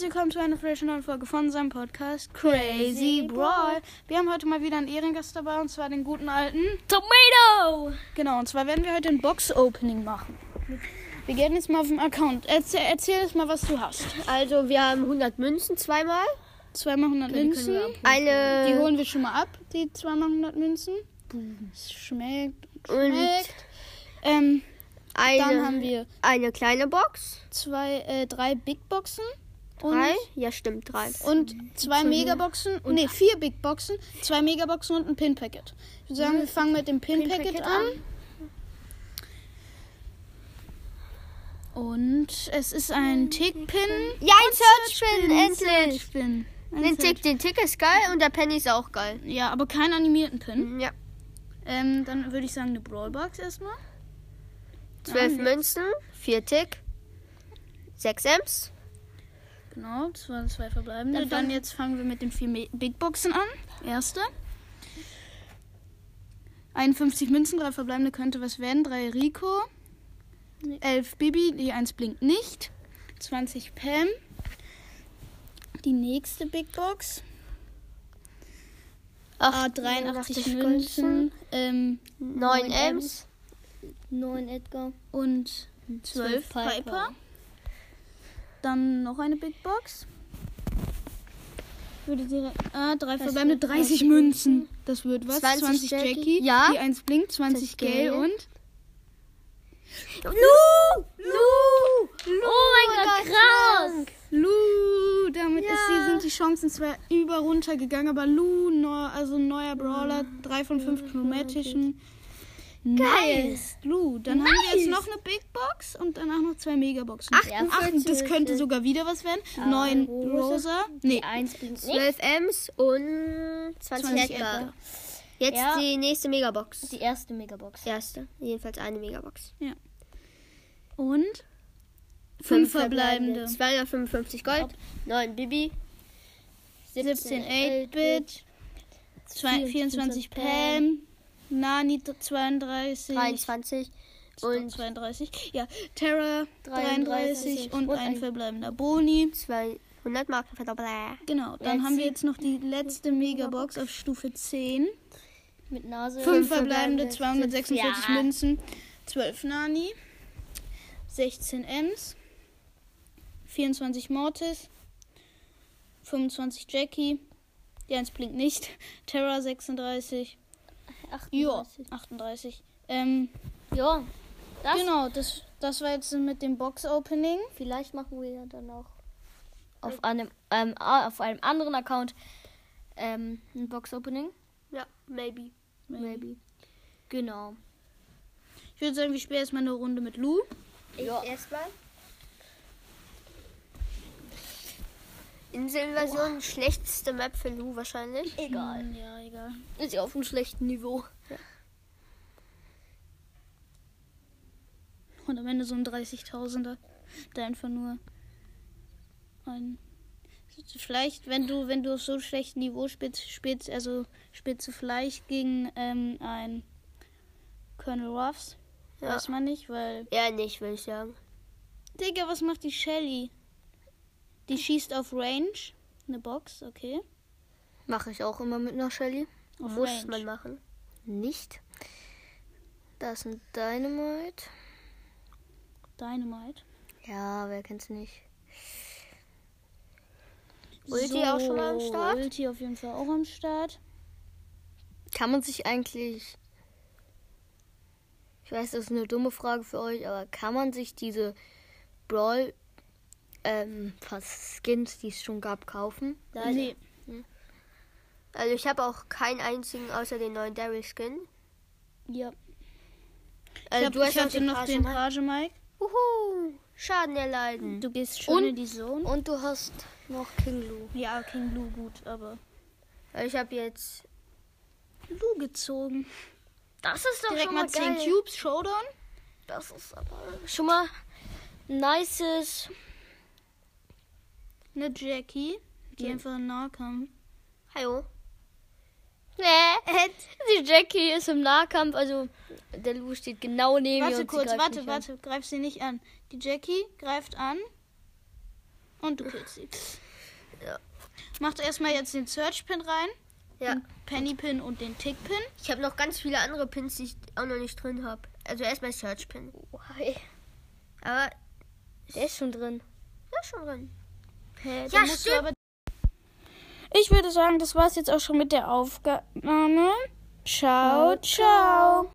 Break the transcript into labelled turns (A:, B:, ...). A: willkommen zu einer frischen neuen Folge von seinem Podcast Crazy Brawl. Wir haben heute mal wieder einen Ehrengast dabei und zwar den guten alten.
B: Tomato!
A: Genau, und zwar werden wir heute ein Box-Opening machen. Wir gehen jetzt mal auf den Account. Erzähl, erzähl jetzt mal, was du hast.
B: Also, wir haben 100 Münzen zweimal.
A: Zweimal 100 Münzen.
B: Eine.
A: Die holen wir schon mal ab, die zweimal 100 Münzen. Es schmeckt, schmeckt. Ähm,
B: eine,
A: dann haben wir
B: eine kleine Box.
A: zwei, äh, drei Big Boxen. und-
B: Drei? Ja, stimmt, drei.
A: Und zwei Megaboxen, nee, vier Big Boxen, zwei Megaboxen und ein Pin-Packet. Ich würde sagen, wir fangen mit dem Pin-Packet
B: Pin-Packet
A: an. Und es ist ein Tick-Pin.
B: Ja, ein Search-Pin, endlich!
A: Search-Pin. Ein
B: Den
A: Search-
B: Tick, den Tick ist geil und der Penny ist auch geil. Mhm,
A: Ja, aber keinen animierten Pin.
B: Ja,
A: Ähm, dann würde ich sagen, eine Brawlbox erstmal.
B: zwölf
A: Ja,
B: Münzen, vier Tick, sechs Ems.
A: Genau, das waren zwei verbleibende.
B: Dann
A: Dann,
B: fangen-
A: jetzt fangen wir mit den vier Me- Big Boxen an. Erste. 51 Münzen, drei verbleibende könnte was werden. Drei Rico. 11 Bibi, die 1 blinkt nicht. 20 Pam. Die nächste Big Box. Ah, 83
B: Münzen,
A: Münzen. Ähm,
B: neun Ems.
C: 9 Edgar.
A: und 12
C: 12
A: Piper.
C: Piper.
A: Dann noch eine Big Box. Würde direkt. Ah, drei verbleibende 30 Münzen. Das wird was? 20,
B: 20
A: Jackie.
B: Jackie. Ja.
A: Die 1 blinkt, 20 Gale
B: Gale.
A: und.
B: Lu! Lu!
C: Oh mein Gott, krass!
A: Lu! Damit ist die,
B: Ja.
A: sind die Chancen zwar über runtergegangen, aber Lu, neu, also ein neuer Brawler, 3 von 5 chromatischen.
B: Geil.
A: Nice, Lu. Dann haben wir jetzt noch eine Big Box und danach noch zwei Megaboxen.
B: Ach,
C: Ja,
A: Ach, das könnte sogar wieder was werden. Neun Rosa. Nee,
C: 1 blinkt nicht.
B: Zwölf Ems und 20,
A: 20
B: Edgar.
A: Edgar.
B: Jetzt
C: Ja.
B: die nächste Megabox.
C: Die erste Megabox.
B: Erste. Jedenfalls eine Megabox.
A: und fünf verbleibende.
B: 255 Gold, 9 Bibi,
A: 17
B: Äh,
A: 8-Bit, 24 Pam, Nani 32,
B: 23 und
A: 32, ja, Terra 33
C: 33
A: und ein
C: und ein-
A: verbleibender Boni.
B: 200 Marken verdoppelt.
A: Genau, dann haben wir jetzt noch die letzte Megabox auf Stufe 10.
C: Mit Nase.
A: Fünf verbleibende, 246
C: Ja.
A: Münzen, 12 Nani, 16 Ems, 24 Mortis, 25 Jackie, die 1 blinkt nicht, Terra 36, ja,
C: 38.
A: 38. Ähm,
C: Ja. Das,
A: genau, das, das war jetzt mit dem Box-Opening.
C: Vielleicht machen wir ja dann auch auf einem, ähm, ah, auf einem anderen Account ähm, ein Box-Opening.
B: Ja, maybe.
C: Maybe. Genau.
A: Ich würde sagen, wir spielen erstmal eine Runde mit Lou.
B: Ich
C: Ja.
B: erstmal. Inselversion, schlechteste Map für Lou wahrscheinlich.
C: Egal.
A: Mm, Ja, egal.
C: Ist ja auf einem schlechten Niveau.
A: Und am Ende so ein 30.000er. Der einfach nur ein. Vielleicht, wenn du, wenn du auf so schlechtem Niveau spielst, spielst, also spielst du vielleicht gegen ähm, ein Colonel Ruffs.
B: Ja.
A: Weiß man nicht, weil.
B: Eher nicht, würde ich sagen.
A: Digga, was macht die Shelly? Die schießt auf Range. Eine Box, okay.
B: Mache ich auch immer mit einer Shelly.
A: Auf
B: Muss
A: Range.
B: man machen. Nicht. Das ist ein Dynamite.
A: Dynamite.
B: Ja, wer kennt's nicht? Ulti auch schon mal am Start?
A: Ulti auf jeden Fall auch am Start.
B: Kann man sich eigentlich. Ich weiß, das ist eine dumme Frage für euch, aber kann man sich diese Brawl ähm, was Skins, die es schon gab, kaufen?
A: Nee.
B: Also ich habe auch keinen einzigen außer den neuen Daryl Skin.
A: Ja.
B: Also
A: ich hab, ich hab den noch den
B: Parchemal.
A: Rage Mike.
B: Uhu, Schaden erleiden.
A: Du gehst schön
B: Und-
A: in die Zone.
B: Und du hast noch King Lou.
A: Oh, Ja, King Blue gut, aber
B: Ich habe jetzt
A: Blue gezogen.
C: Das ist doch
A: Direkt mal 10
C: geil.
A: Cubes, Showdown.
C: Das ist aber schon mal ein nices.
A: Eine Ne, Jackie, die einfach nahe kam.
B: Hallo.
C: Nee, die Jackie ist im Nahkampf, also der Lou steht genau neben mir.
A: Warte
C: und sie
A: kurz,
C: greift
A: warte,
C: mich
A: warte, greif sie nicht an. Die Jackie greift an und du killst sie. Macht erstmal jetzt den Search Pin rein,
B: Ja.
A: den Penny Pin und den Tick Pin.
B: Ich habe noch ganz viele andere Pins, die ich auch noch nicht drin habe. Also erstmal Search Pin.
C: Wow,
B: Aber
C: der ist schon drin.
B: ja, schon drin.
C: Hä,
B: Ja,
A: Dann musst du
B: stimmt.
A: aber- Ich würde sagen, das war's jetzt auch schon mit der Aufnahme. Ciao, ciao.